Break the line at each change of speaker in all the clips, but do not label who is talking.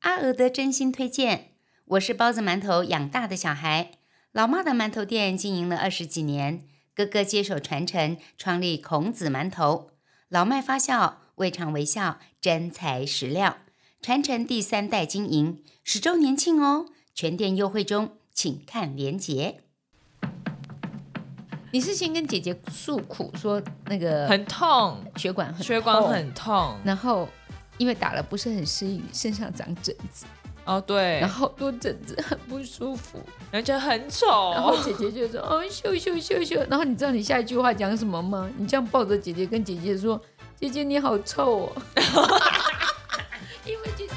阿娥的真心推荐，我是包子馒头养大的小孩。老妈的馒头店经营了二十几年，哥哥接手传承，创立孔子馒头。老麦发酵，未尝微笑，真材实料，传承第三代经营，十周年庆哦！全店优惠中，请看连结。
你是先跟姐姐诉苦说那个
很痛，
血管很
血管
痛
很痛。
然后因为打了不是很适应，身上长疹子，
哦，对，
然
然后
后多疹子很不舒服。
觉得很
然
丑
后，姐姐就说：“哦，秀秀秀秀。”然后你知道你下一句话讲什么吗？你这样抱着姐姐跟姐姐说：“姐姐你好臭哦。”因为姐姐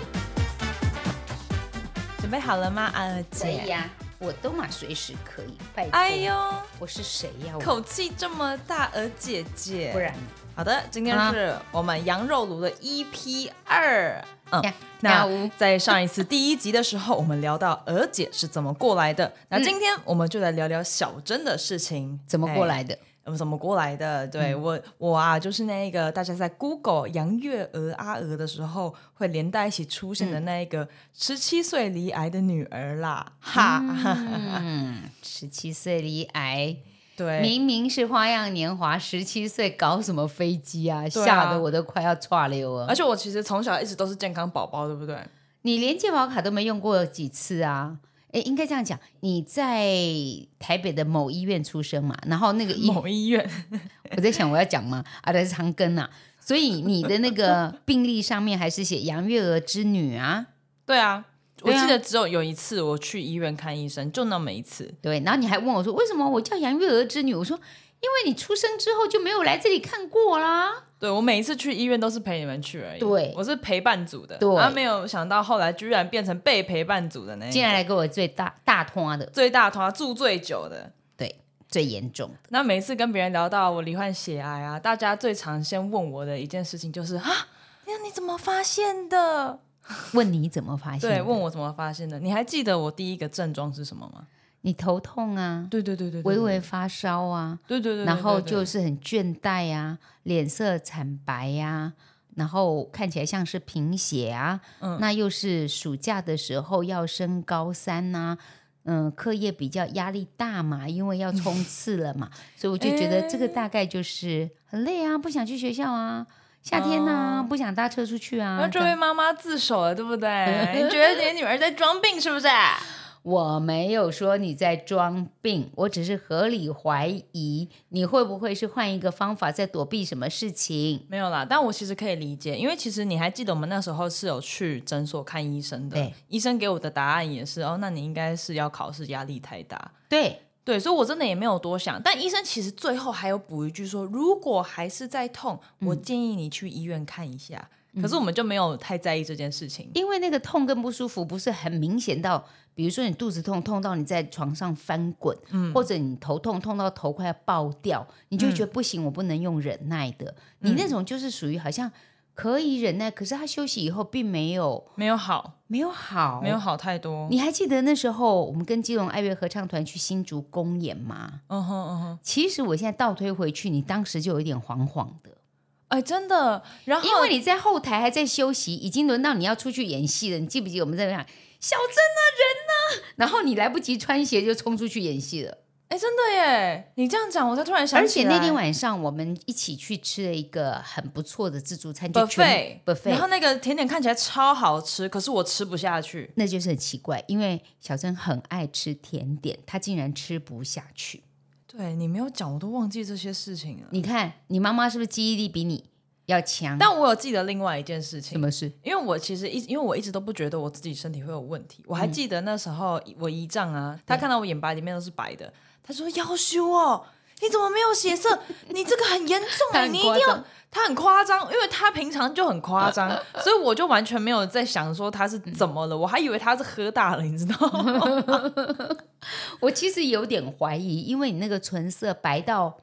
准备好了吗，阿娥姐？
可以呀、我都嘛随时可以。拜托，
哎呦，
我是谁呀、我
口气这么大，娥姐姐。
不然
好的，今天是我们羊肉炉的 EP 二。嗯
呀，呀
那
呜
在上一次第一集的时候，我们聊到娥姐是怎么过来的。那今天我们就来聊聊小珍的事情，
怎么过来
哎？
的？
我怎么过来的？对、
嗯
我，我啊，就是那一个大家在 Google 杨月娥、阿娥的时候会连带一起出现的
嗯
那一个十七岁离癌的女儿啦，哈，
嗯，十七岁离癌，
对，
明明是《花样年华》，十七岁搞什么飞机啊？
对啊
吓得我都快要岔溜
而
了。
且我其实从小一直都是健康宝宝，对不对？
你连健保卡都没用过几次啊？诶，应该这样讲，你在台北的某医院出生嘛，然后那个医，
某医院
我在想我要讲吗？啊，对，是长庚啊，所以你的那个病历上面还是写杨月娥之女啊，
对啊，我
对啊
记得只有有一次我去医院看医生，就那么一次。
对，然后你还问我说为什么我叫杨月娥之女？我说因为你出生之后就没有来这里看过啦。
对我每一次去医院都是陪你们去而已，
对
我是陪伴组的，
对
然后没有想到后来居然变成被陪伴组的那一个
竟然来给我最大大拖的，
最大团住最久的。
对，最严重的。
那每次跟别人聊到我罹患血癌啊，大家最常先问我的一件事情就是啊，那你怎么发现的？
问你怎么发现的？
对，问我怎么发现的？你还记得我第一个症状是什么吗？
你头痛啊，
对对对对，对
微微，发烧啊，
对对对对，
然后
对对
就是很倦怠啊，脸色惨白呀、然后看起来像是贫血啊。
嗯
那又是暑假的时候要升高三呐、嗯，课业比较压力大嘛，因为要冲刺了 嘛，所以我就觉得这个大概就是很累啊，不想去学校啊，夏天呐、不想搭车出去啊。
然后
这
这位
样
妈妈自首了，对 不对？你觉得你的女儿在装病是不是？
我没有说你在装病，我只是合理怀疑你会不会是换一个方法在躲避什么事情。
没有啦，但我其实可以理解，因为其实你还记得我们那时候是有去诊所看医生的
对，
医生给我的答案也是哦，那你应该是要考试压力太大。
对，
对，所以我真的也没有多想。但医生其实最后还有补一句说，如果还是在痛，我
嗯
建议你去医院看一下。可是我们就没有太在意这件事情。
因为那个痛跟不舒服不是很明显到，比如说你肚子痛痛到你在床上翻滚，或者你头痛痛到头快要爆掉，你就会觉得不行，我不能用忍耐的。你那种就是属于好像可以忍耐，可是他休息以后并没有
没有好，
没有好，
没有。好太多。
你还记得那时候我们跟基隆爱乐合唱团去新竹公演吗？
嗯哼嗯哼，
其实我现在倒推回去，你当时就有一点惶惶的，
哎，真的。然后
因为你在后台还在休息，已经轮到你要出去演戏了。你记不记得我们在那讲小珍呢、人呢、啊然后你来不及穿鞋就冲出去演戏了。
哎，真的耶！你这样讲，我才突然想
而
起
且
来。
那天晚上我们一起去吃了一个很不错的自助餐，就全
buffet，然
buffet，
后那个甜点看起来超好吃，可是我吃不下去。
那就是很奇怪，因为小珍很爱吃甜点，她竟然吃不下去。
对你没有讲，我都忘记这些事情了。
你看，你妈妈是不是记忆力比你要强？
但我有记得另外一件事情
什，么事？
因为我其实一直因为我一直都不觉得我自己身体会有问题，我还记得那时候我姨丈啊，他看到我眼白里面都是白的，他说要修哦，你怎么没有血色？你这个很啊严重
他
啊，
很
你一
夸
定要
张。
他很夸张，因为他平常就很夸张，所以我就完全没有在想说他是怎么了，我还以为他是喝大了，你知道吗？
我其实有点怀疑，因为你那个唇色白到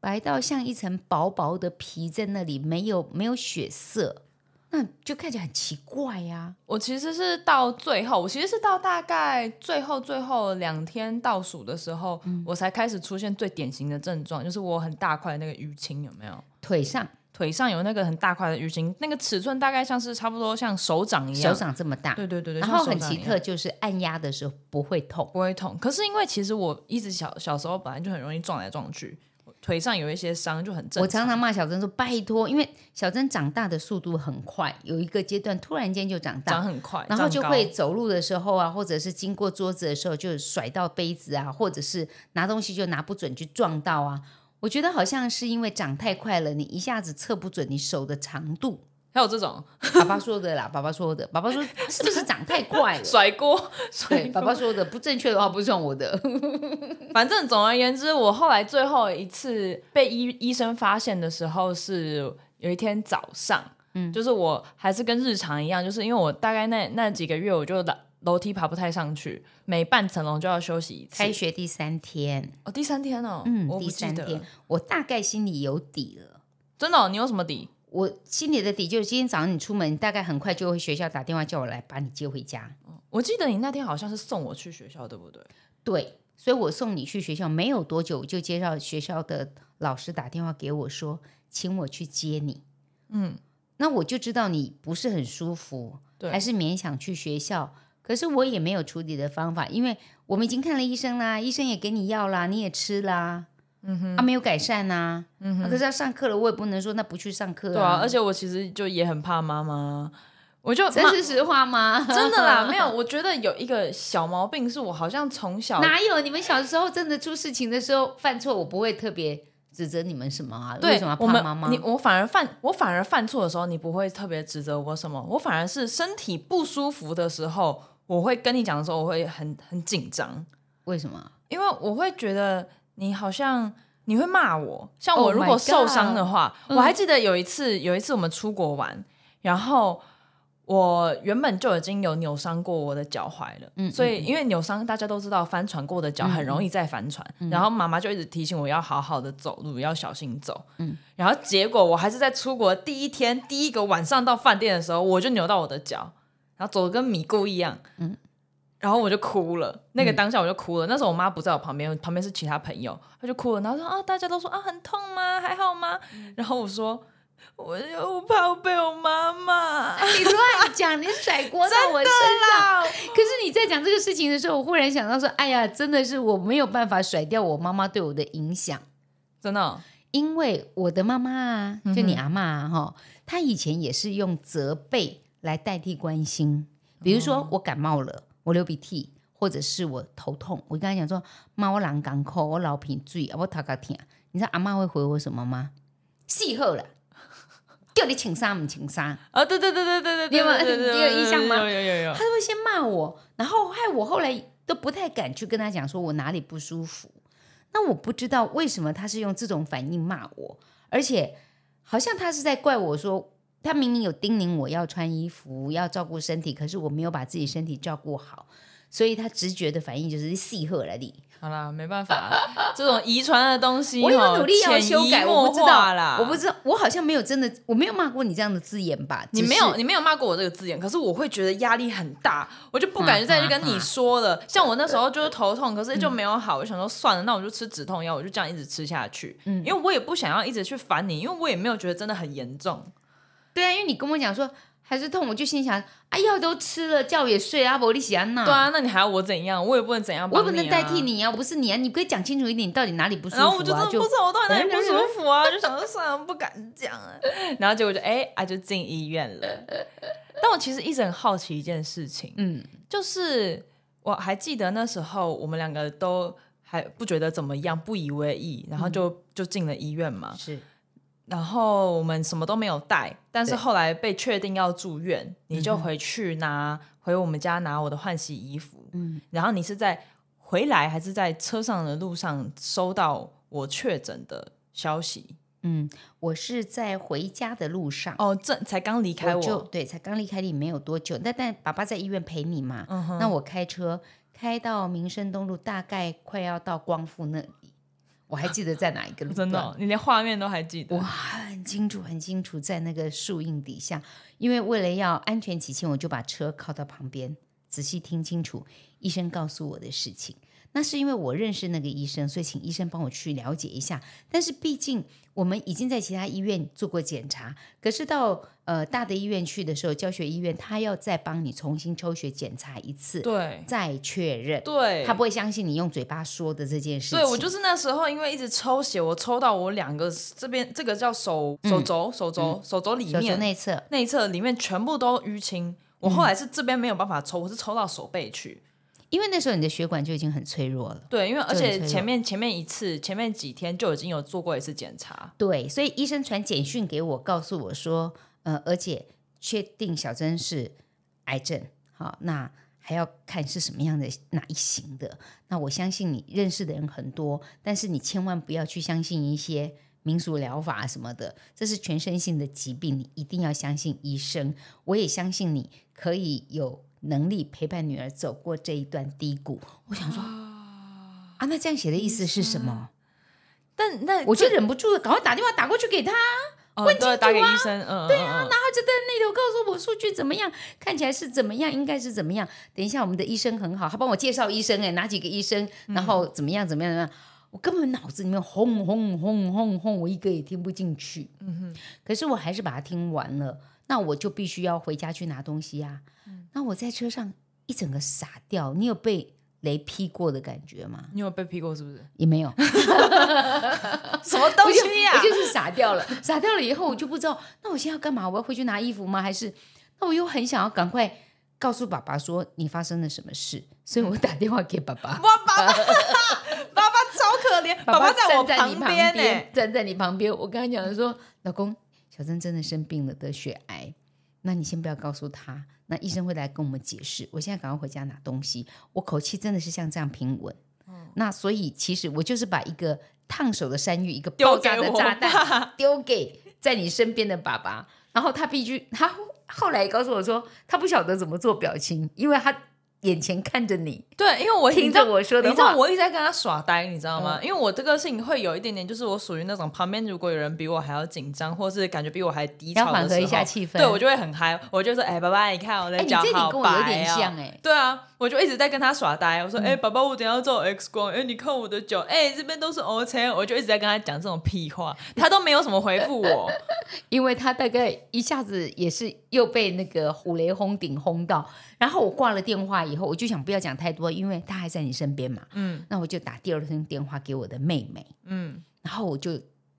白到像一层薄薄的皮在那里，没有没有血色，那就看起来很奇怪呀、
我其实是到最后，我其实是到大概最后最后两天倒数的时候，我才开始出现最典型的症状，就是我很大块的那个淤青，有没有？
腿上
腿上有那个很大块的淤青，那个尺寸大概像是差不多像手掌一样，
手掌这么大，
对对对对，
然
像
后
手
很
掌
奇
一样
特，就是按压的时候不会痛。
不会痛。可是因为其实我一直小小时候本来就很容易撞来撞去，我腿上有一些伤就很正常。
我常常骂小珍说：“拜托，因为小珍长大的速度很快，有一个阶段突然间就长大，
长很快，
然后
长
就
高
会走路的时候啊，或者是经过桌子的时候就甩到杯子啊，或者是拿东西就拿不准去撞到啊。我觉得好像是因为长太快了，你一下子测不准你手的长度。
还有这种
爸爸说的啦，爸爸说的，爸爸说是不是长太 快了？
甩锅，甩
对，
锅
爸爸说的不正确的话不是用我 的。
反正总而言之，我后来最后一次被医医生发现的时候是有一天早上，嗯，就是我还是跟日常一样，就是因为我大概那那几个月我就楼楼梯爬不太上去，每半层楼就要休息一次
开。学第三天，
哦，第三天哦，
嗯
我，不
第
记
三
得
天
了，
我大概心里有底了。
真的哦、你有什么底？
我心里的底就是今天早上你出门，你大概很快就会学校打电话叫我来把你接回家。
我记得你那天好像是送我去学校，对不对？
对，所以我送你去学校没有多久，我就接到学校的老师打电话给我说，请我去接你。
嗯，
那我就知道你不是很舒服，
对
还是勉强去学校。可是我也没有处理的方法，因为我们已经看了医生啦，医生也给你药啦，你也吃啦，嗯哼，啊没有改善呐、嗯哼、啊可是要上课了，我也不能说那不去上课
对啊，而且我其实就也很怕妈妈，我就
这
妈
是实话吗？
真的啦，没有，我觉得有一个小毛病是我好像 从小
哪有？你们小时候真的出事情的时候犯错，我不会特别指责你们什么啊？为
对
什么要
我
怕
们
妈妈？
你我反而犯我反而犯错的时候，你不会特别指责我什么，我反而是身体不舒服的时候，我会跟你讲的时候，我会很很紧张，
为什么？
因为我会觉得你好像你会骂我，像我
Oh
如
my
果受伤的话
嗯
我还记得有一次有一次我们出国玩，然后。我原本就已经有扭伤过我的脚踝了，
嗯
所以因为扭伤大家都知道，翻船过的脚很容易再翻船，
嗯
然后妈妈就一直提醒我要好好的走路，要小心走。
嗯
然后结果我还是在出国第一天第一个晚上到饭店的时候，我就扭到我的脚，然后走的跟米糊一样，
嗯
然后我就哭了。那个当下我就哭了。那时候我妈不在我旁边，旁边是其他朋友，她就哭了。然后说啊，大家都说啊，很痛吗？还好吗？
嗯
然后我说，我我怕我被我妈骂。
你乱讲，你甩锅到我身上。可是你在讲这个事情的时候，我忽然想到说，哎呀，真的是我没有办法甩掉我妈妈对我的影响，
真的哦、
因为我的妈妈啊，就你阿妈啊，哈、她以前也是用责备来代替关心。比如说我感冒了，我流鼻涕，或者是我头痛，我跟她讲说：“妈，我人港口，我老贫嘴，我头壳疼。”你知道阿妈会回我什么吗？戏后了，叫你请啥唔请啥。
啊，对对对对对对
你
对
有没有
对对对，
你
对
有印象吗
有有有有
他，都会先骂我，然后害我后来都不太敢去跟他讲说我哪里不舒服。那我不知道为什么他是用这种反应骂我，而且好像他是在怪我说，他明明有叮咛我要穿衣服、要照顾身体，可是我没有把自己身体照顾好，所以他直觉的反应就是戏喝了你。
好啦，没办法，这种遗传的东西哦，
我有努力要
潜
修
移
改，
默
我不知道
化啦，
我不知道，我好像没有真的，我没有骂过你这样的字眼吧？
你
只
没有，
是，
你没有骂过我这个字眼，可是我会觉得压力很大，我就不
嗯
敢再去跟你说了。像我那时候就是头痛，可是就没有好，我就想说算了，那我就吃止痛药，我就这样一直吃下去。
嗯
因为我也不想要一直去烦你，因为我也没有觉得真的很严重。
对啊，因为你跟我讲说还是痛，我就心想，啊，药都吃了，觉也睡了，阿伯利喜安娜。
对啊，那你还要我怎样？我也不能怎样、
我也不能代替。你啊，我不是你啊，你可以讲清楚一点，你到底哪里不舒服啊？
然后我就真的不知道我到底 哪里不舒服啊，就想说算了，不敢讲啊。 然后结果就哎啊，就进医院了。 但我其实一直很好奇一件事情，
嗯，
就是我还记得那时候我们两个都还不觉得怎么样，不以为意，然后就、就进了医院嘛。
是
然后我们什么都没有带，但是
对嗯
后来被确定要住院，你就回去拿、回我们家拿我的换洗衣服。
嗯
然后你是在回来还是在车上的路上收到我确诊的消息？
嗯，我是在回家的路上，
哦，这才刚离开
我就
我，
对，才刚离开你没有多久，但但爸爸在医院陪你嘛，
嗯哼
那我开车开到民生东路，大概快要到光复那里，我还记得在哪一个路
真的
段
哦、你连画面都还记得
我。很清楚，很清楚，在那个树荫底下，因为为了要安全起见，我就把车靠到旁边，仔细听清楚医生告诉我的事情。那是因为我认识那个医生，所以请医生帮我去了解一下。但是毕竟我们已经在其他医院做过检查，可是到呃大的医院去的时候，教学医院他要再帮你重新抽血检查一次，
对
再确认，
对，
他不会相信你用嘴巴说的这件事情。
对我就是那时候，因为一直抽血，我抽到我两个这边这个叫手手肘、手肘、手肘里
嗯手肘
面
内侧，
内侧里面全部都淤青。我后来是这边没有办法抽，我是抽到手背去。
因为那时候你的血管就已经很脆弱了。
对，因为而
就很
且
脆
前面前面一次前面几天就已经有做过一次检查，
对，所以医生传简讯给我，告诉我说，呃，而且确定小珍是癌症，好，那还要看是什么样的哪一型的。那我相信你认识的人很多，但是你千万不要去相信一些民俗疗法什么的，这是全身性的疾病，你一定要相信医生。我也相信你可以有能力陪伴女儿走过这一段低谷。我想说，啊，那这样写的意思是什么？
但那
我就忍不住了，赶快打电话打过去给他。
问题、对打给医生，嗯，对啊，
然后就在那头告诉我数据怎么样，看起来是怎么样，应该是怎么样。等一下，我们的医生很好，他帮我介绍医生、哎，哪几个医生，然后怎么样怎么样怎么样。我根本脑子里面轰轰轰轰轰，我一个也听不进去。嗯哼，可是我还是把它听完了，那我就必须要回家去拿东西啊。那我在车上一整个傻掉，你有被雷劈过的感觉吗？
你有被劈过是 不是？
也没有。
什么东西呀、
我就是傻掉了， 傻掉了以后我就不知道，那我现在要干嘛？我要回去拿衣服吗？还是那我又很想要赶快告诉爸爸说你发生了什么事，所以我打电话给爸爸。
哇，爸爸，爸爸超可怜，爸爸在我
站在你
旁
旁
边呢、欸
欸
边，站在你旁边。我跟他讲的说，老公，小珍真的生病了，得血癌。那你先不要告诉他，那医生会来跟我们解释。我现在赶快回家拿东西。我口气真的是像这样平稳。
嗯
那所以其实我就是把一个烫手的山芋，一个爆
丢给
炸的
我
炸弹，
爸，
丢给在你身边的爸爸，然后他必须他后来告诉我说，他不晓得怎么做表情，因为他眼前看着你，
对，因为我
听着我说的
你知道
话，嗯
我一直在跟他耍呆，你知道吗？因为我这个性会有一点点，就是我属于那种旁边如果有人比我还要紧张，或是感觉比我还低
要
潮
缓
的时
和
候，
一下气氛。
对我就会很嗨，我就说：“哎、爸爸，你看我的
哎，你
脚
这
好白、哦
点跟我有点像哎、嗯
对啊，我就一直在跟他耍呆，我说：“哎、爸爸，我等一下要照 X 光，哎、你看我的脚，哎、这边都是 O 型，我就一直在跟他讲这种屁话，他都没有什么回复 我。
因为他大概一下子也是又被那个虎雷轰顶轰到，然后我挂了电话以后，我就想不要讲太多，因为他还在你身边嘛，
嗯
那我就打第二通电话给我的妹妹，
嗯，
然后我就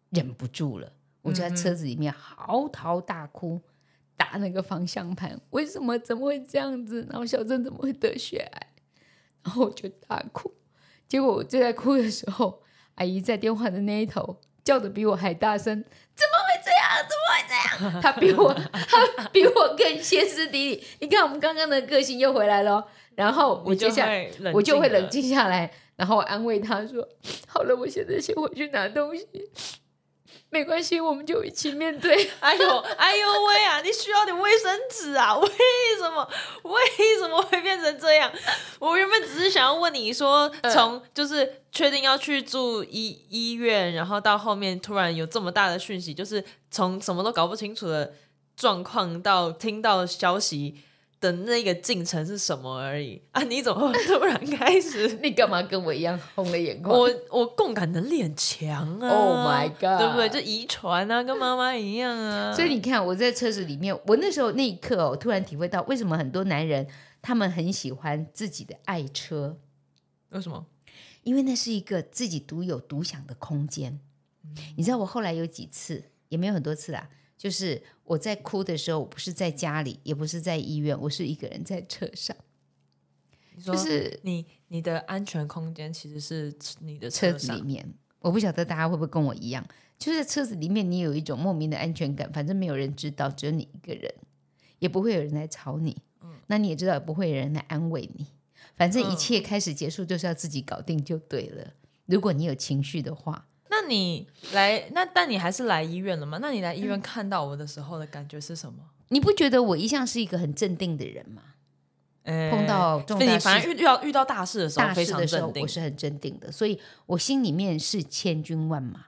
忍不住了，我就在车子里面嚎啕大哭，打那个方向盘，为什么怎么会这样子？然后小郑怎么会得血癌？ 然后我就大哭，结果我就在哭的时候，阿姨在电话的那一头叫的比我还大声，怎么会这样？怎么会这样？她比我， 她比我更歇斯底里。你看我们刚刚的个性又回来了哦。然后我
你就
接下来
会冷
我就会
静了
冷。静下来，然后安慰他说：“好了，我现在先回去拿东西，没关系，我们就一起面对。？
哎呦，哎呦喂啊！你需要点卫生纸啊？ 为什么？为什么会变成这样？我原本只是想要问你说，从就是确定要去住医医院，然后到后面突然有这么大的讯息，就是从什么都搞不清楚的状况到听到消息的那个进程是什么而已 啊？你怎么会突然开始
你干嘛跟我一样红了眼眶？
我我共感能力很强啊
Oh my god
对不对？就遗传啊，跟妈妈一样啊。
所以你看，我在车子里面，我那时候那一刻哦，我突然体会到为什么很多男人他们很喜欢自己的爱车，
为什么？
因为那是一个自己独有独享的空间。你知道我后来有几次，也没有很多次啦，就是我在哭的时候，我不是在家里，也不是在医院，我是一个人在车上，
你说
就是
你你的安全空间其实是你的
车子
上
里面，我不晓得大家会不会跟我一样，就是在车子里面你有一种莫名的安全感，反正没有人知道，只有你一个人，也不会有人来吵你，那你也知道也不会有人来安慰你，反正一
嗯
切开始结束就是要自己搞定就对了。如果你有情绪的话，
那你来那但你还是来医院了吗？那你来医
嗯
院看到我的时候的感觉是什么？
你不觉得我一向是一个很镇定的人吗？
呃
碰到重大
你
事
反正遇遇到遇到大事的时候
大
非
事
常
的时候
镇定
我。是很镇定的，所以我心里面是千军万马，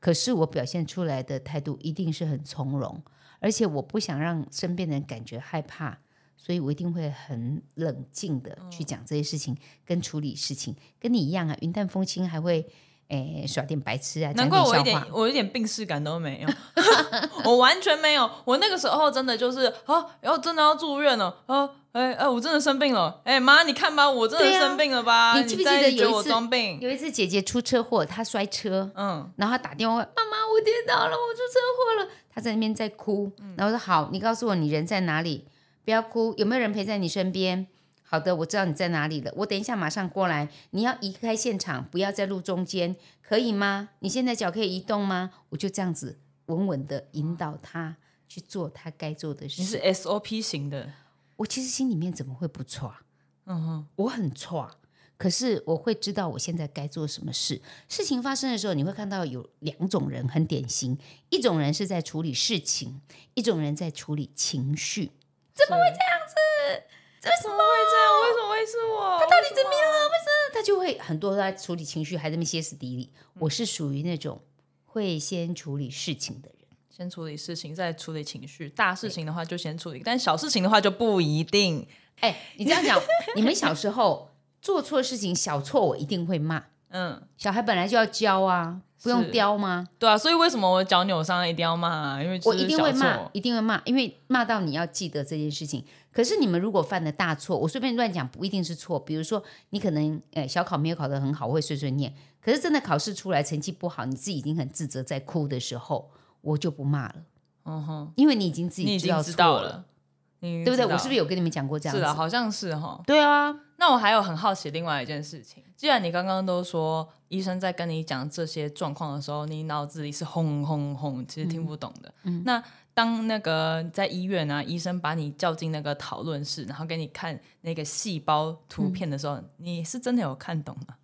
可是我表现出来的态度一定是很从容，而且我不想让身边的人感觉害怕，所以我一定会很冷静的去
嗯
讲这些事情，跟处理事情，跟你一样啊，云淡风轻，还会诶、耍点白痴啊，讲
难怪我一
点笑
点
话。
我一点病逝感都没有， 我完全没有。我那个时候真的就是啊，然后真的要住院了啊，哎哎，我真的生病了，哎妈，你看吧，我真
对
的
啊
生病了吧？
你
你
记不记
再
得
觉
有一
我
次
装病？
有一次姐姐出车祸，她摔车，
嗯，
然后她打电话，妈妈，我跌倒了，我出车祸了。她在那边在哭，
嗯
然后我说好，你告诉我你人在哪里，不要哭，有没有人陪在你身边？好的，我知道你在哪里了，我等一下马上过来。你要移开现场，不要在路中间，可以吗？你现在脚可以移动吗？我就这样子稳稳的引导她去做她该做的
你是
事。
SOP 型的，
我其实心里面怎么会不错啊？
嗯哼，
我很错，啊可是我会知道我现在该做什么事。事情发生的时候，你会看到有两种人很典型，一种人是在处理事情，一种人在处理情绪。
怎么会这样子？为什么会这样？为什么会是我？他到底怎么样？
他就会很多都在处理情绪，还在那边歇斯底里。
嗯
我是属于那种会先处理事情的人。
先处理事情，再处理情绪。大事情的话就先处理，但小事情的话就不一定。
哎，你这样讲，你们小时候做错事情，小错我一定会骂。
嗯，
小孩本来就要教啊，不用
是
刁吗？
对啊，所以为什么我脚扭伤一定要骂啊？因为
我
这是
一定会
小
骂
错，
一定会骂，因为骂到你要记得这件事情。可是你们如果犯了大错，我随便乱讲不一定是错。比如说，你可能呃小考没有考得很好，我会碎碎念。可是真的考试出来成绩不好，你自己已经很自责在哭的时候，我就不骂了，
嗯哼，
因为你已经自
你
己
已
知
经
道
知
错
道
了，
了，你
对不对？
知道
我是不是有跟你们讲过这样
是
子？
啊，好像是哈。
对啊，
那我还有很好奇另外一件事情，既然你刚刚都说医生在跟你讲这些状况的时候，你脑子里是轰轰轰，其实听不懂的。
嗯
那当那个在医院啊，医生把你叫进那个讨论室，然后给你看那个细胞图片的时候，你是真的有看懂吗？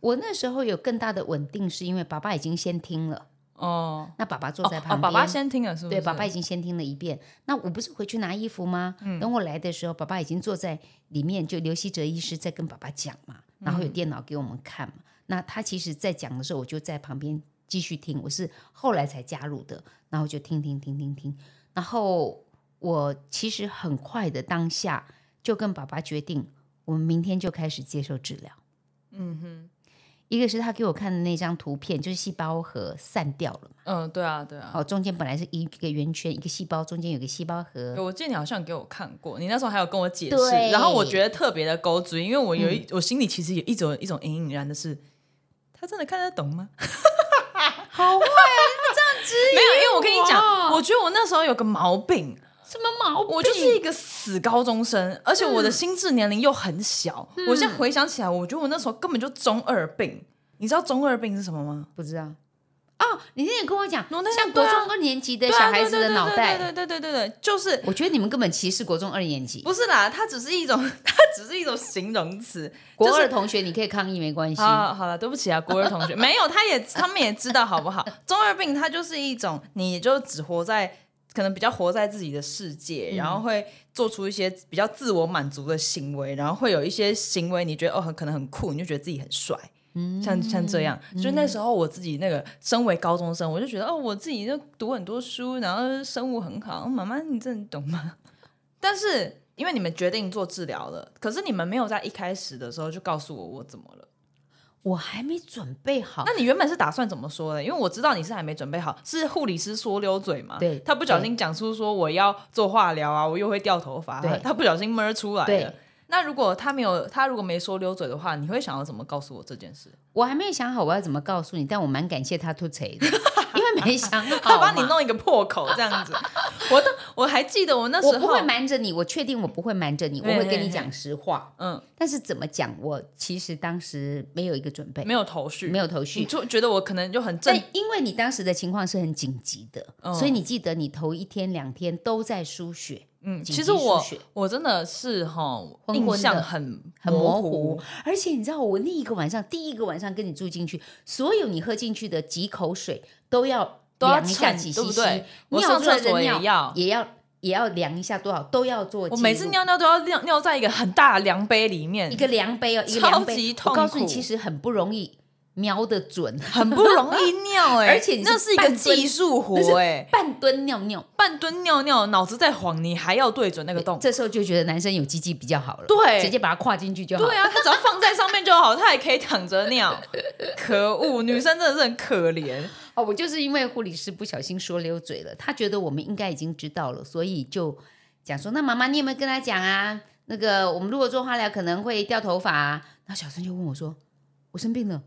我那时候有更大的稳定，是因为爸爸已经先听了，
哦，
那爸爸坐
哦
嗯在
哦，
旁边，
爸爸先听了是不是？
对，爸爸已经先听了一遍。那我不是回去拿衣服吗？等我来的时候，爸爸已经坐在里面，就刘希哲医师在跟爸爸讲嘛，然后有电脑给我们看嘛。那他其实在讲的时候，我就在旁边继续听，我是后来才加入的，然后就听听听听听。然后我其实很快的当下就跟爸爸决定，我们明天就开始接受治疗。
嗯哼，
一个是他给我看的那张图片，就是细胞核散掉了嘛，
嗯，对啊，对啊。
哦，中间本来是一个圆圈，一个细胞中间有个细胞核，
我记得你好像给我看过，你那时候还有跟我解释
对，嗯
然后我觉得特别的勾追，因为我有一、我心里其实有一种一种隐隐然的是，他真的看得懂吗？
啊
好坏
没有，因为我跟你
哇
讲，我觉得我那时候有个毛病，
什么毛病？
我就是一个死高中生，而且
嗯
我的心智年龄又很小。我现在回想起来，我觉得我那时候根本就中二病。你知道中二病是什么吗？
不知道。哦，你那天跟我讲，
我那天
像国
对啊
中二年级的小孩子的脑
对啊
袋，
对对对对对对对对，就是
我觉得你们根本歧视国中二年级。
不是啦，它只是一种， 它只是一种形容词。
国
就是
二同学你可以抗议没关系，
好，好了，对不起啊，国二 同学，没有，他也他们也知道好不好？中二病它就是一种，你就只活在可能比较活在自己的世界，
嗯
然后会做出一些比较自我满足的行为，然后会有一些行为你觉得哦很可能很酷，你就觉得自己很帅。像
嗯
像这样，就那时候我自己那个身为高中生，我就觉得哦，我自己就读很多书，然后生物很好。妈妈，你真的懂吗？ 但是因为你们决定做治疗了，可是你们没有在一开始的时候就告诉我我怎么了。
我还没准备好
那。你原本是打算怎么说的？因为我知道你是还没准备好，是护理师说溜嘴嘛？
对
他不小心讲出说我要做化疗啊，我又会掉头发
对，
他不小心闷出来
对
了。那如果他没有，他如果没说溜嘴的话，你会想要怎么告诉我这件事？
我还没有想好我要怎么告诉你，但我蛮感谢他吐 槽的，因为没想好嘛
他帮你弄一个破口这 样子，我都我还记得我那时候
我不会瞒着你，我确定我不会瞒着你，我会跟你讲实话。
嗯，
但是怎么讲，我其实当时没有一个准备，
没有头绪，
没有头
你
绪。
就觉得我可能就很
但
正，
因为你当时的情况是很紧急的，
嗯
所以你记得你头一天两天都在输血，
嗯，
紧
其
急
实我
输血
我真的是哈
昏昏
印
的
象很
很模
糊
糊，，而且你知道，我那一个晚上，第一个晚上跟你住进去，所有你喝进去的几口水都要
都要
量一下
称
几
对
cc，
不对我
尿
上
出来
厕所
的
也
尿
要
也要也要量一下多少，都要做记录。
我每次尿尿都要尿尿在一个很大的量杯里面，
一个量杯哦，一个
超
量杯，
级
我
痛
告诉你，
苦
其实很不容易。瞄得准，
很不容易 尿哎、
而且你是
那是一个
半蹲
技术活
那是
哎、
半蹲尿尿。
半蹲尿尿，脑子在晃，你还要对啊准那个洞。
这时候就觉得男生有鸡鸡比较好了，
对
直接把它跨进去就好。
对啊，他只要放在上面就好，他也可以躺着尿。 可恶，女生真的是很可怜。
哦，我就是因为护理师不小心说溜嘴了，他觉得我们应该已经知道了，所以就讲说，那妈妈你有没有跟他讲啊？那个我们如果做化疗可能会掉头发、啊。然后小生就问我说，我生病了。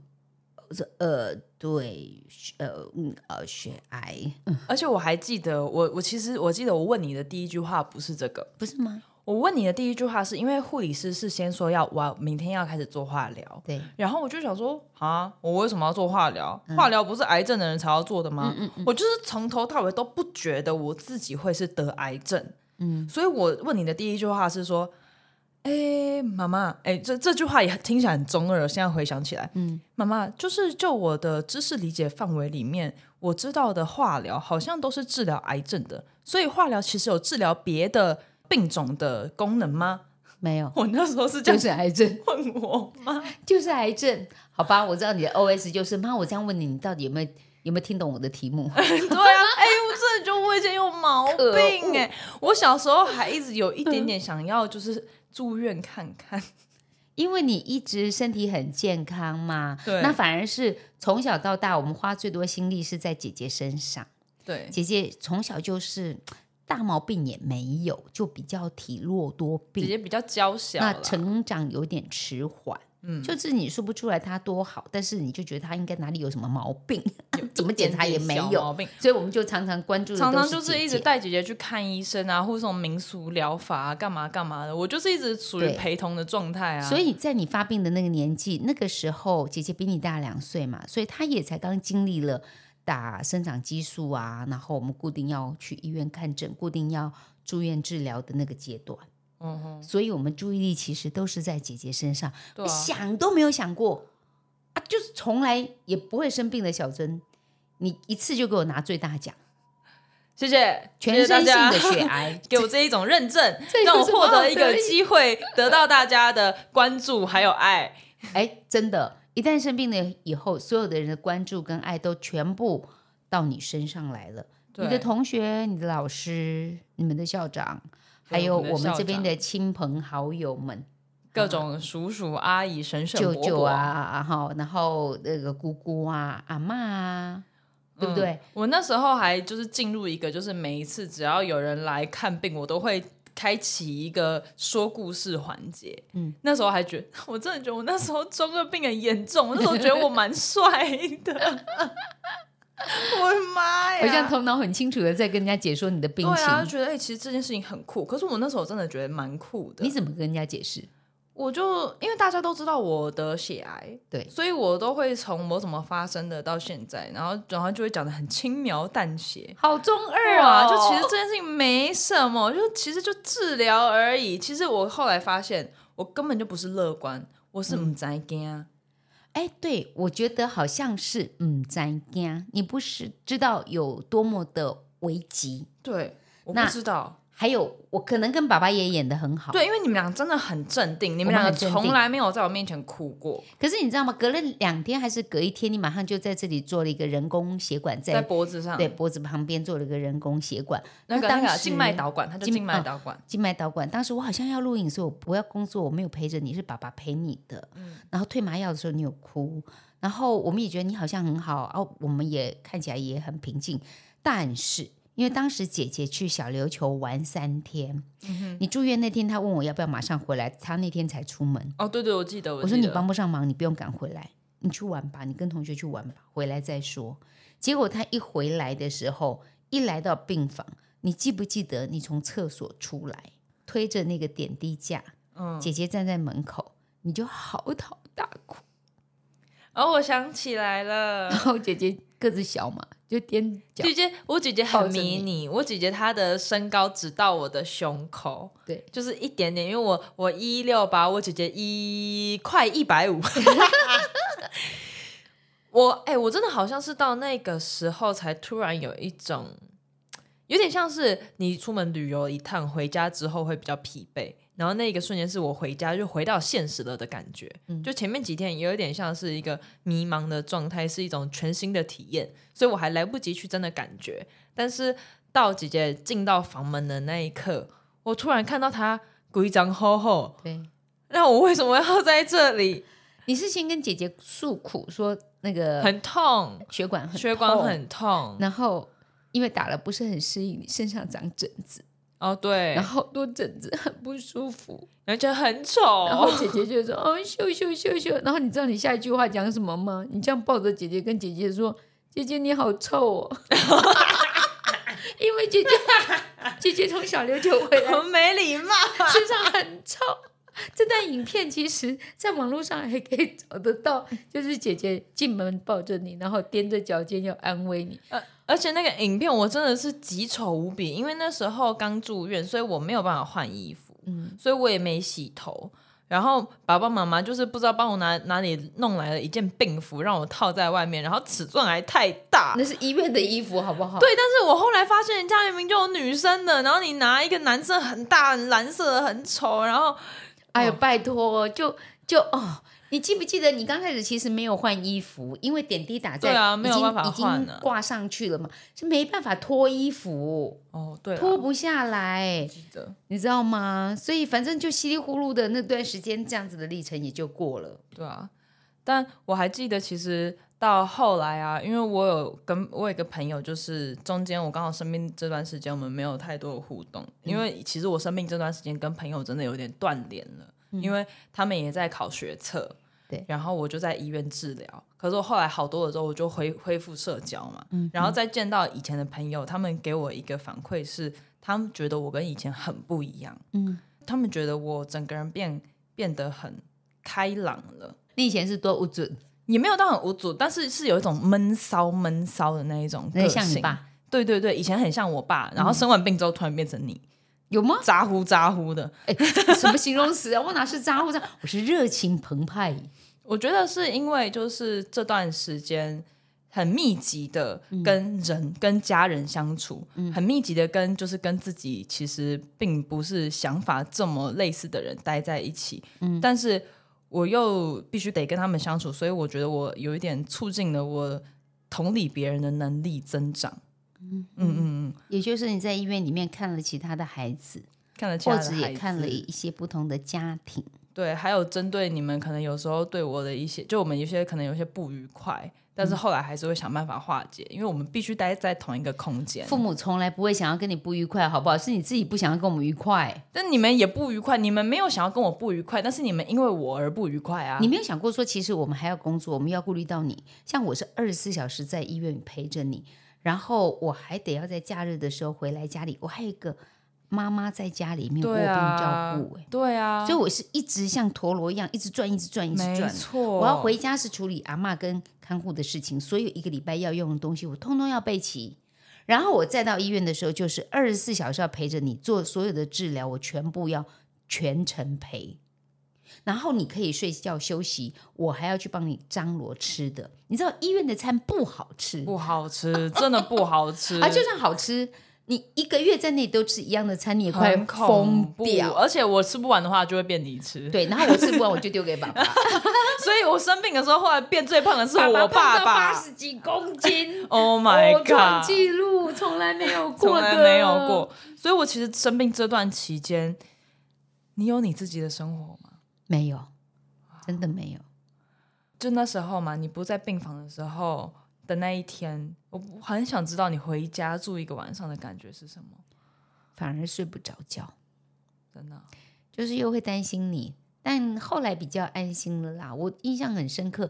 我说呃，对，血呃，嗯，呃，血癌，嗯，
而且我还记得，我我其实我记得我问你的第一句话不是这个，
不是吗？
我问你的第一句话是因为护理师是先说要我明天要开始做化疗，
对，
然后我就想说啊，我为什么要做化疗？
嗯
化疗不是癌症的人才要做的吗？我就是从头到尾都不觉得我自己会是得癌症，
嗯，
所以我问你的第一句话是说，哎、妈妈，哎、这这句话也听起来很中二，现在回想起来，
嗯，
妈妈，就是就我的知识理解范围里面，我知道的化疗好像都是治疗癌症的，所以化疗其实有治疗别的病种的功能吗？
没有，
我那时候是
就
这样
是癌症，
问我妈。
就是癌症，好吧？我知道你的 OS 就是妈，我这样问你，你到底有没有有没有听懂我的题目？
对啊，哎、我真的觉得我以前有毛
可
病哎、我小时候还一直有一点点想要就是住院看看，
因为你一直身体很健康嘛，
对
那反而是从小到大，我们花最多心力是在姐姐身上。
对，
姐姐从小就是大毛病也没有，就比较体弱多
姐
病，
姐比较娇小啦，
那成长有点迟缓。
嗯
就是你说不出来她多好，但是你就觉得她应该哪里有什么毛病，
有
怎么检查也没
一点点小毛
有，
病。
所以我们就常常关注的
常
都
常
是
就是一
姐
直
姐
带姐姐去看医生啊，或者什么民俗疗法啊，干嘛干嘛的。我就是一直属于
对
陪同的状态啊。
所以在你发病的那个年纪，那个时候姐姐比你大两岁嘛，所以她也才刚经历了打生长激素啊，然后我们固定要去医院看诊，固定要住院治疗的那个阶段。
嗯哼，
所以我们注意力其实都是在姐姐身上，
对啊，
想都没有想过啊，就是从来也不会生病的小珍，你一次就给我拿最大奖，
谢谢，
全
谢谢大
身性
家
的 血癌。
给我这一种认证
这，有
让我
什么
获
好
得一个
得意
机会，得到大家的关注还有爱。
哎，真的，一旦生病了以后，所有的人的关注跟爱都全部到你身上来了。你的
对
同学、你的老师、你们的校长，还
对
有
我们的
我们
校
这边的
长
亲朋好友们、
各种叔叔、阿姨、婶
嗯
婶、
舅
伯
舅
伯
啊，然后然后那个姑姑啊、阿嬷啊，对不
嗯
对？
我那时候还就是进入一个，就是每一次只要有人来看病，我都会开启一个说故事环节。
嗯
嗯，那时候还觉得， 我真的觉得我那时候中二病很严重，我那时候觉得我 蛮帅的。我的妈呀！
好像头脑很清楚的在跟人家解说你的病
对
情，
啊，就觉得哎、其实这件事情很酷。可是我那时候真的觉得蛮酷的
你。怎么跟人家解释？
我就因为大家都知道我得血癌，
对
所以我都会从我怎么发生的到现在，然后然后就会讲的很轻描淡写。
好中
对
二
啊，就
哦
其实这件事情没什么，就其实就治疗而已。其实我后来发现，我根本就不是乐观，我是
嗯
唔知惊、啊。
哎，对，我觉得好像是嗯，咱家你不是知道有多么的危急，
对，我不
那
知道。
还有我可能跟爸爸也演的很好，
对，因为你们俩真的很镇定，你
我们
们两个
很镇
从
定
来没有在我面前哭过，
可是你知道吗？隔了两天还是隔一天，你马上就在这里做了一个人工血管，
在
在
脖子上，
对脖子旁边做了一个人工血管
那个
那当
那个
时
静脉导管，它就
静
静脉
嗯
导管。
静脉导管。当时我好像要录影，所以我不要工作，我没有陪着你，是爸爸陪你的。
嗯
然后退麻药的时候你有哭，然后我们也觉得你好像很好，哦，我们也看起来也很平静。但是因为当时姐姐去小琉球玩三天，
嗯
你住院那天她问我要不要马上回来，她那天才出门。
哦，对对，我记得，
我
我
说
记
你
得
帮不上忙，你不用赶回来，你去玩吧，你跟同学去玩吧，回来再说。结果他一回来的时候，一来到病房，你记不记得你从厕所出来，推着那个点滴架，
嗯
姐姐站在门口，你就嚎啕大哭。
哦，我想起 来了
然，后姐姐个子小嘛，就踮脚，
姐姐，我姐姐
抱
很
着你
迷你，我姐姐她的身高只到我的胸口，
对，
就是一点点，因为我我一六八，我姐姐一快一百五。 我哎、我真的好像是到那个时候才突然有一种，有点像是你出门旅游一趟，回家之后会比较疲惫，然后那一个瞬间是我回家就回到现实了的感觉，就前面几天有一点像是一个迷茫的状态，是一种全新的体验，所以我还来不及去真的感觉。但是到姐姐进到房门的那一刻，我突然看到她鬼长吼吼，
对，
那我为什么要在这里？
你是先跟姐姐诉苦说那个
很痛，
血管很
血管
痛，
很痛。
然后因为打了不是很适应，你身上长疹子，
哦，对，
然
然后
后多疹子很不舒服，
觉得很
然后
丑，
姐姐就说哦咻咻咻咻，然后你知道你下一句话讲什么吗？你这样抱着姐姐跟姐姐说，姐姐你好臭 哦，因为姐姐姐姐从小琉球 回来
很没礼貌。
身上很臭。这段影片其实，在网络上还可以找得 到，就是姐姐进门抱着你，然后踮着脚尖要安慰你。
而且那个影片我真的是极丑无比，因为那时候刚住院，所以我没有办法换衣服，
嗯
所以我也没洗头。然后爸爸妈妈就是不知道帮我拿哪里弄来了一件病服，让我套在外面，然后尺寸还太大。
那是医院的衣服，好不好？
对，，但是我后来发现人家明明就有女生的，然后你拿一个男生很大、很蓝色的、很丑，然后
哎呦，
哦
拜托，就就哦，你记不记得你刚开始其实没有换衣服，因为点滴打在，
对啊没有
已经
办法
已
换
经
啊
挂上去了嘛，是没办法脱衣服，
哦，
啊
对啦，
脱不下来，
记得
你知道吗？所以反正就稀里糊涂的那段时间，这样子的历程也就过了。
对啊，但我还记得，其实到后来啊，因为我有跟我有一个朋友，就是中间我刚好生病这段时间，我们没有太多的互动，因为
嗯
其实我生病这段时间跟朋友真的有点断联了，因为他们也在考学测。
嗯对
然后我就在医院治疗，可是我后来好多了之后，我就恢恢复社交嘛，
嗯
然后再见到以前的朋友，他们给我一个反馈是，他们觉得我跟以前很不一样，
嗯，
他们觉得我整个人变变得很开朗了，
你以前是多无准。
也没有到很无助，但是是有一种闷骚闷骚的那一种
那
个
像你嗯
性。
吧？
对对对，以前很像我爸，然后生完病之后突然变成你，
有吗？
咋呼咋呼的。
哎， 这什么形容词啊？我哪是咋呼咋？我是热情澎湃。
我觉得是因为就是这段时间很密集的
嗯
跟人、跟家人相处，很密集的跟就是跟自己其实并不是想法这么类似的人待在一起，
嗯
但是我又必须得跟他们相处，所以我觉得我有一点促进了我同理别人的能力增长。嗯嗯嗯，
也就是你在医院里面看了其他的孩子，
看了其他
或
的
者
孩
也
子
看了一些不同的家庭。
对，还有针对你们可能有时候对我的一些，就我们有些可能有些不愉快，但是
嗯
后来还是会想办法化解，因为我们必须待在同一个空间。
父母从来不会想要跟你不愉快，好不好？是你自己不想要跟我们愉快。
但你们也不愉快，你们没有想要跟我不愉快，但是你们因为我而不愉快啊。
你没有想过说，其实我们还要工作，我们要顾虑到你。像我是二十四小时在医院陪着你，然后我还得要在假日的时候回来家里，我还有一个妈妈在家里面卧病
对啊
照顾、欸，
对啊，
所以我是一直像陀螺一样，一直转，一直转，一直
没
转。
错，
我要回家是处理阿嬷跟看护的事情，所有一个礼拜要用的东西，我通通要备齐。然后我再到医院的时候，就是二十四小时要陪着你做所有的治疗，我全部要全程陪。然后你可以睡觉休息，我还要去帮你张罗吃的。你知道医院的餐不好吃，
不好吃，真的不好吃，
啊，就算好吃，你一个月在那里都吃一样的餐，你也快
很
疯
恐怖。
掉。
而且我吃不完的话，就会变你吃。
对，然后我吃不完我就丢给爸爸，
所以我生病的时候，后来变最胖的是
爸
我
爸
爸
八十几公斤
Oh my
我
god！
创纪录从来没有
从
过
来
的，
没有过。所以我其实生病这段期间，你有你自己的生活吗？
没有，真的没有。
就那时候嘛，你不在病房的时候的那一天，我我很想知道你回家住一个晚上的感觉是什么。
反而睡不着觉，
真的啊，
就是又会担心你。但后来比较安心了啦。我印象很深刻，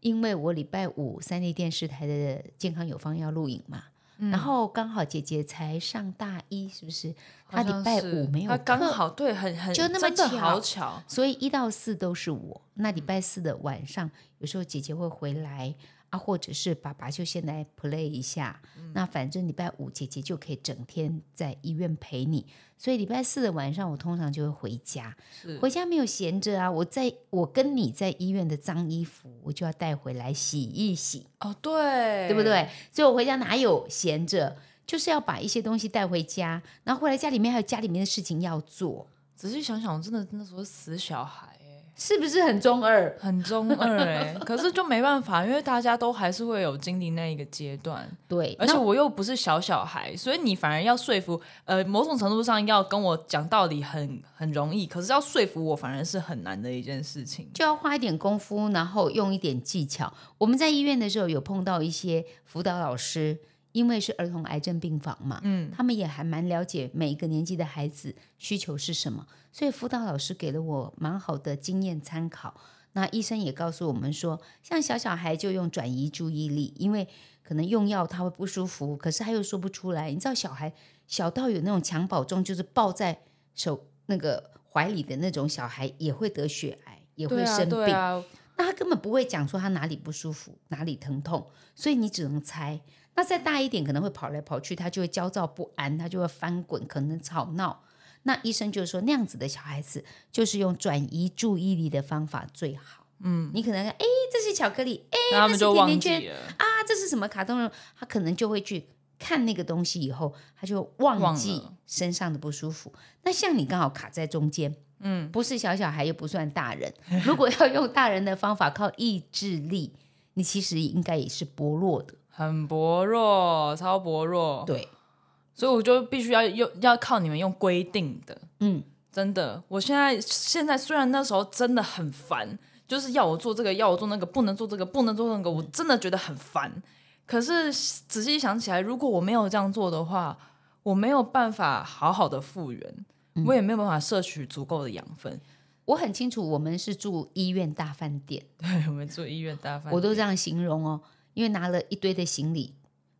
因为我礼拜五三立电视台的健康有方要录影嘛，
嗯
然后刚好姐姐才上大一，是不是？她礼拜五没有
他刚
课，
好对，很很
就那么
真的
巧
好巧。
所以一到四都是我。那
嗯
礼拜四的晚上，有时候姐姐会回来啊，或者是爸爸就先来 play 一下。
嗯
那反正礼拜五姐姐就可以整天在医院陪你，所以礼拜四的晚上我通常就会回家。
是
回家没有闲着啊！我在我跟你在医院的脏衣服，我就要带回来洗一洗，
哦，对，
对不？对？所以我回家哪有闲着，就是要把一些东西带回家，然后回来家里面还有家里面的事情要做。
仔细想想，我真的那时候是死小孩、欸，
是不是很中二？
很中二哎、可是就没办法，因为大家都还是会有经历那一个阶段，
对，
而且
那
我又不是小小孩，所以你反而要说服，呃，某种程度上要跟我讲道理很很容易，可是要说服我反而是很难的一件事情。
就要花一点功夫，然后用一点技巧。我们在医院的时候有碰到一些辅导老师，因为是儿童癌症病房嘛，
嗯，
他们也还蛮了解每一个年纪的孩子需求是什么，所以辅导老师给了我蛮好的经验参考。那医生也告诉我们说，像小小孩就用转移注意力，因为可能用药他会不舒服，可是他又说不出来。你知道小孩小到有那种襁褓中就是抱在手那个怀里的那种小孩也会得血癌，也
对
会
啊，
生病。
对啊，
那他根本不会讲说他哪里不舒服，哪里疼痛，所以你只能猜。那再大一点，可能会跑来跑去，他就会焦躁不安，他就会翻滚，可能吵闹。那医生就说，那样子的小孩子就是用转移注意力的方法最好。嗯，你可能哎，这是巧克力，哎，
然后他们就忘
那是甜
记了。
啊，这是什么卡通人物？他可能就会去看那个东西，以后他就忘记
忘了
身上的不舒服。那像你刚好卡在中间，
嗯，
不是小小孩，也不算大人。如果要用大人的方法，靠意志力，你其实应该也是薄弱的。
很薄弱，超薄弱。
对，
所以我就必须要用要靠你们用规定的，
嗯，
真的，我现在现在虽然那时候真的很烦，就是要我做这个，要我做那个，不能做这个，不能做那个，我真的觉得很烦。可是仔细想起来，如果我没有这样做的话，我没有办法好好的复原，
嗯
我也没有办法摄取足够的养分。
我很清楚，我们是住医院大饭店，
对，我们做医院大饭，
我都这样形容哦，因为拿了一堆的行李，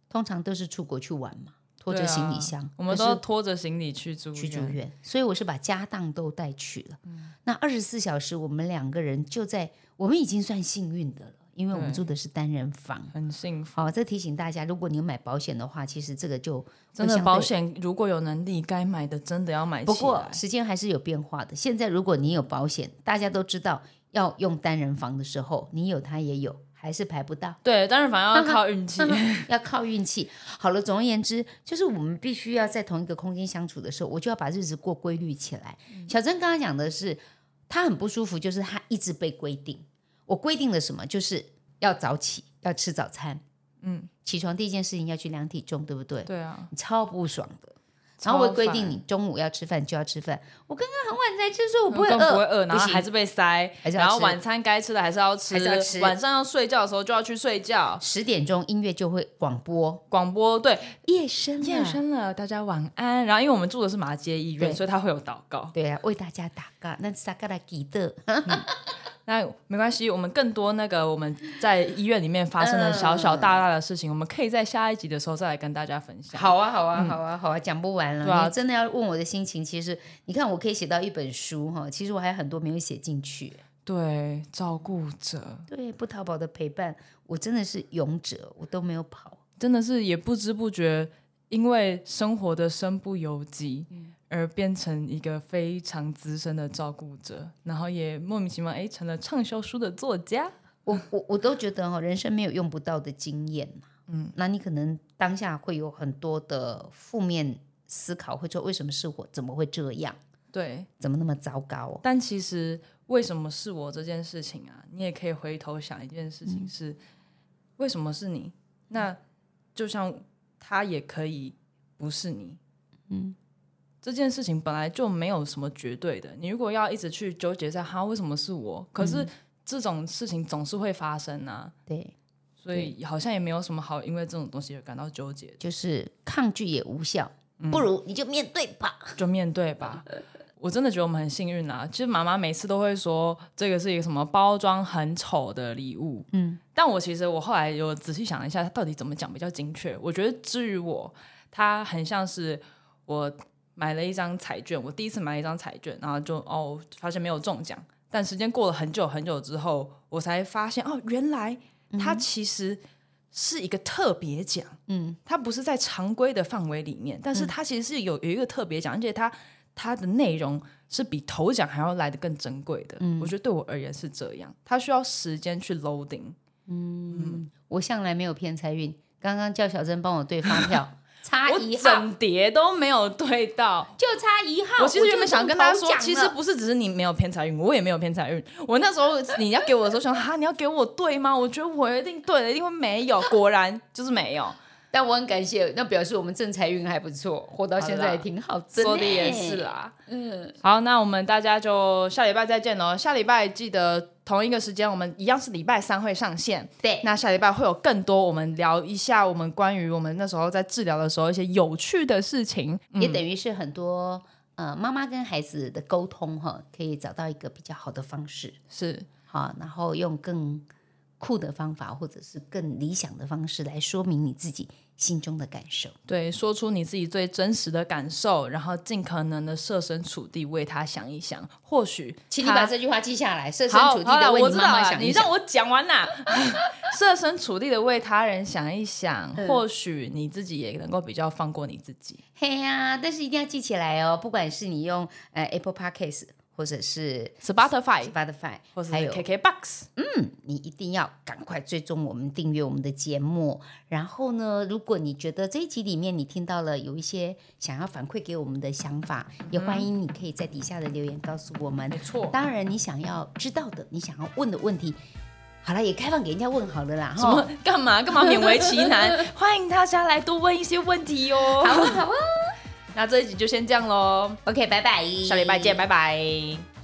通常都是出国去玩嘛，拖着
对啊
行李箱，
我们
可是
都拖着行李去住
去住
院
院，所以我是把家当都带去了。
嗯
那二十四小时，我们两个人就在，我们已经算幸运的了，因为我们
对
住的是单人房。
很幸福。
好，这提醒大家，如果你有买保险的话，其实这个就会
真的
相对
保。险，如果有能力，该买的真的要买起来。
不过时间还是有变化的。现在如果你有保险，大家都知道要用单人房的时候，你有他也有，还是排不到。
对，但是反 正要靠运气。
要靠运气。好了，总而言之，就是我们必须要在同一个空间相处的时候，我就要把日子过规律起来。
嗯
小珍刚刚讲的是，她很不舒服，就是她一直被规定。我规定了什么？就是要早起，要吃早餐，
嗯，
起床第一件事情要去量体重，对不对？
对啊，
超不爽的。然后我也
超
规
烦
定你中午要吃饭就要吃饭。我刚刚很晚才吃，所以我不会
嗯根本不会
饿，
饿，然后
行
还是被塞，
还是要
然后
吃
晚餐该吃的还是要吃，
还是要吃
晚上要睡觉的时候就要去睡觉。
十点钟音乐就会广播
广播对
夜深了
夜深啊了，大家晚安。然后因为我们住的是马街医院，
对
所以他会有祷告。
对啊，为大家打嘎，那萨嘎拉吉的。
那没关系，我们更多那个我们在医院里面发生
嗯
的小小大大的事情，我们可以在下一集的时候再来跟大家分享。，
好啊，好啊，好啊，好啊，讲不完了。
嗯对啊
你真的要问我的心情，其实你看，我可以写到一本书哈，其实我还有很多没有写进去。
对照顾者
对，不淘宝的陪伴，我真的是勇者，我都没有跑。
真的是也不知不觉，因为生活的身不由己，而变成一个非常资深的照顾者，然后也莫名其妙哎成了畅销书的作家。
我我我都觉得哈，人生没有用不到的经验嗯，那你可能当下会有很多的负面思考，会说为什么是我，怎么会这样，
对，
怎么那么糟糕哦？
但其实为什么是我这件事情啊？你也可以回头想一件事情是，为什么是你？那就像他也可以不是你，嗯，这件事情本来就没有什么绝对的。你如果要一直去纠结在他为什么是我，可是这种事情总是会发生啊，
对，
所以好像也没有什么好因为这种东西而感到纠结的，
就是抗拒也无效，
嗯
不如你就面对吧。
就面对吧。我真的觉得我们很幸运啊！其实妈妈每次都会说这个是一个什么包装很丑的礼物，
嗯，
但我其实我后来有仔细想了一下，他到底怎么讲比较精确。我觉得至于我，它很像是我买了一张彩券，我第一次买了一张彩券，然后就哦发现没有中奖，但时间过了很久很久之后，我才发现哦，原来它其实是一个特别奖，
嗯，
它不是在常规的范围里面，但是它其实是有有一个特别奖，而且它它的内容是比头奖还要来的更珍贵的。
嗯
我觉得对我而言是这样，它需要时间去 loading。
我向来没有偏财运。刚刚叫小珍帮我对发票，差
我
啊一号，
整叠都没有对到。
就差一号。
我其实原本想跟大
我
家
就
说
中头奖，了
其实不是只是你没有偏财运，我也没有偏财运。我那时候你要给我的时候想，哈，你要给我对吗？我觉得我一定对了，一定会没有。果然就是没有。
但我很感谢，那表示我们正财运还不错，活到现在也挺好，真
说的
嘞
也是啦。
嗯，
好，那我们大家就下礼拜再见喽。下礼拜记得同一个时间，我们一样是礼拜三会上线。
对，
那下礼拜会有更多，我们聊一下我们关于我们那时候在治疗的时候一些有趣的事情。嗯
也等于是很多呃妈妈跟孩子的沟通哈，可以找到一个比较好的方式，
是
好，然后用更酷的方法或者是更理想的方式来说明你自己心中的感受。
对，说出你自己最真实的感受，然后尽可能的设身处地为他想一想，或许
请你
他
把这句话记下来，设身
好
处地
好啦
的为
我
你
知
妈
道
妈
啦
想
你
一
让
想。
我讲完啦。 设身处地的为他人想一想，
嗯
或许你自己也能够比较放过你自己。
嘿呀、但是一定要记起来哦，不管是你用呃 Apple Podcast 或者是
Spotify
Spotify，
或者
还
是
有
KKBox，
你一定要赶快追踪我们，订阅我们的节目。然后呢，如果你觉得这一集里面你听到了有一些想要反馈给我们的想法，也欢迎你可以在底下的留言告诉我们
没。错。
当然，你想要知道的，你想要问的问题，好了，也开放给人家问好了啦。
什么
哈，
干嘛干嘛勉为其 难？欢迎大家来多问一些问题哦。好啊，好啊。那这一集就先这样喽，
？OK，拜拜，
下礼拜见，拜拜。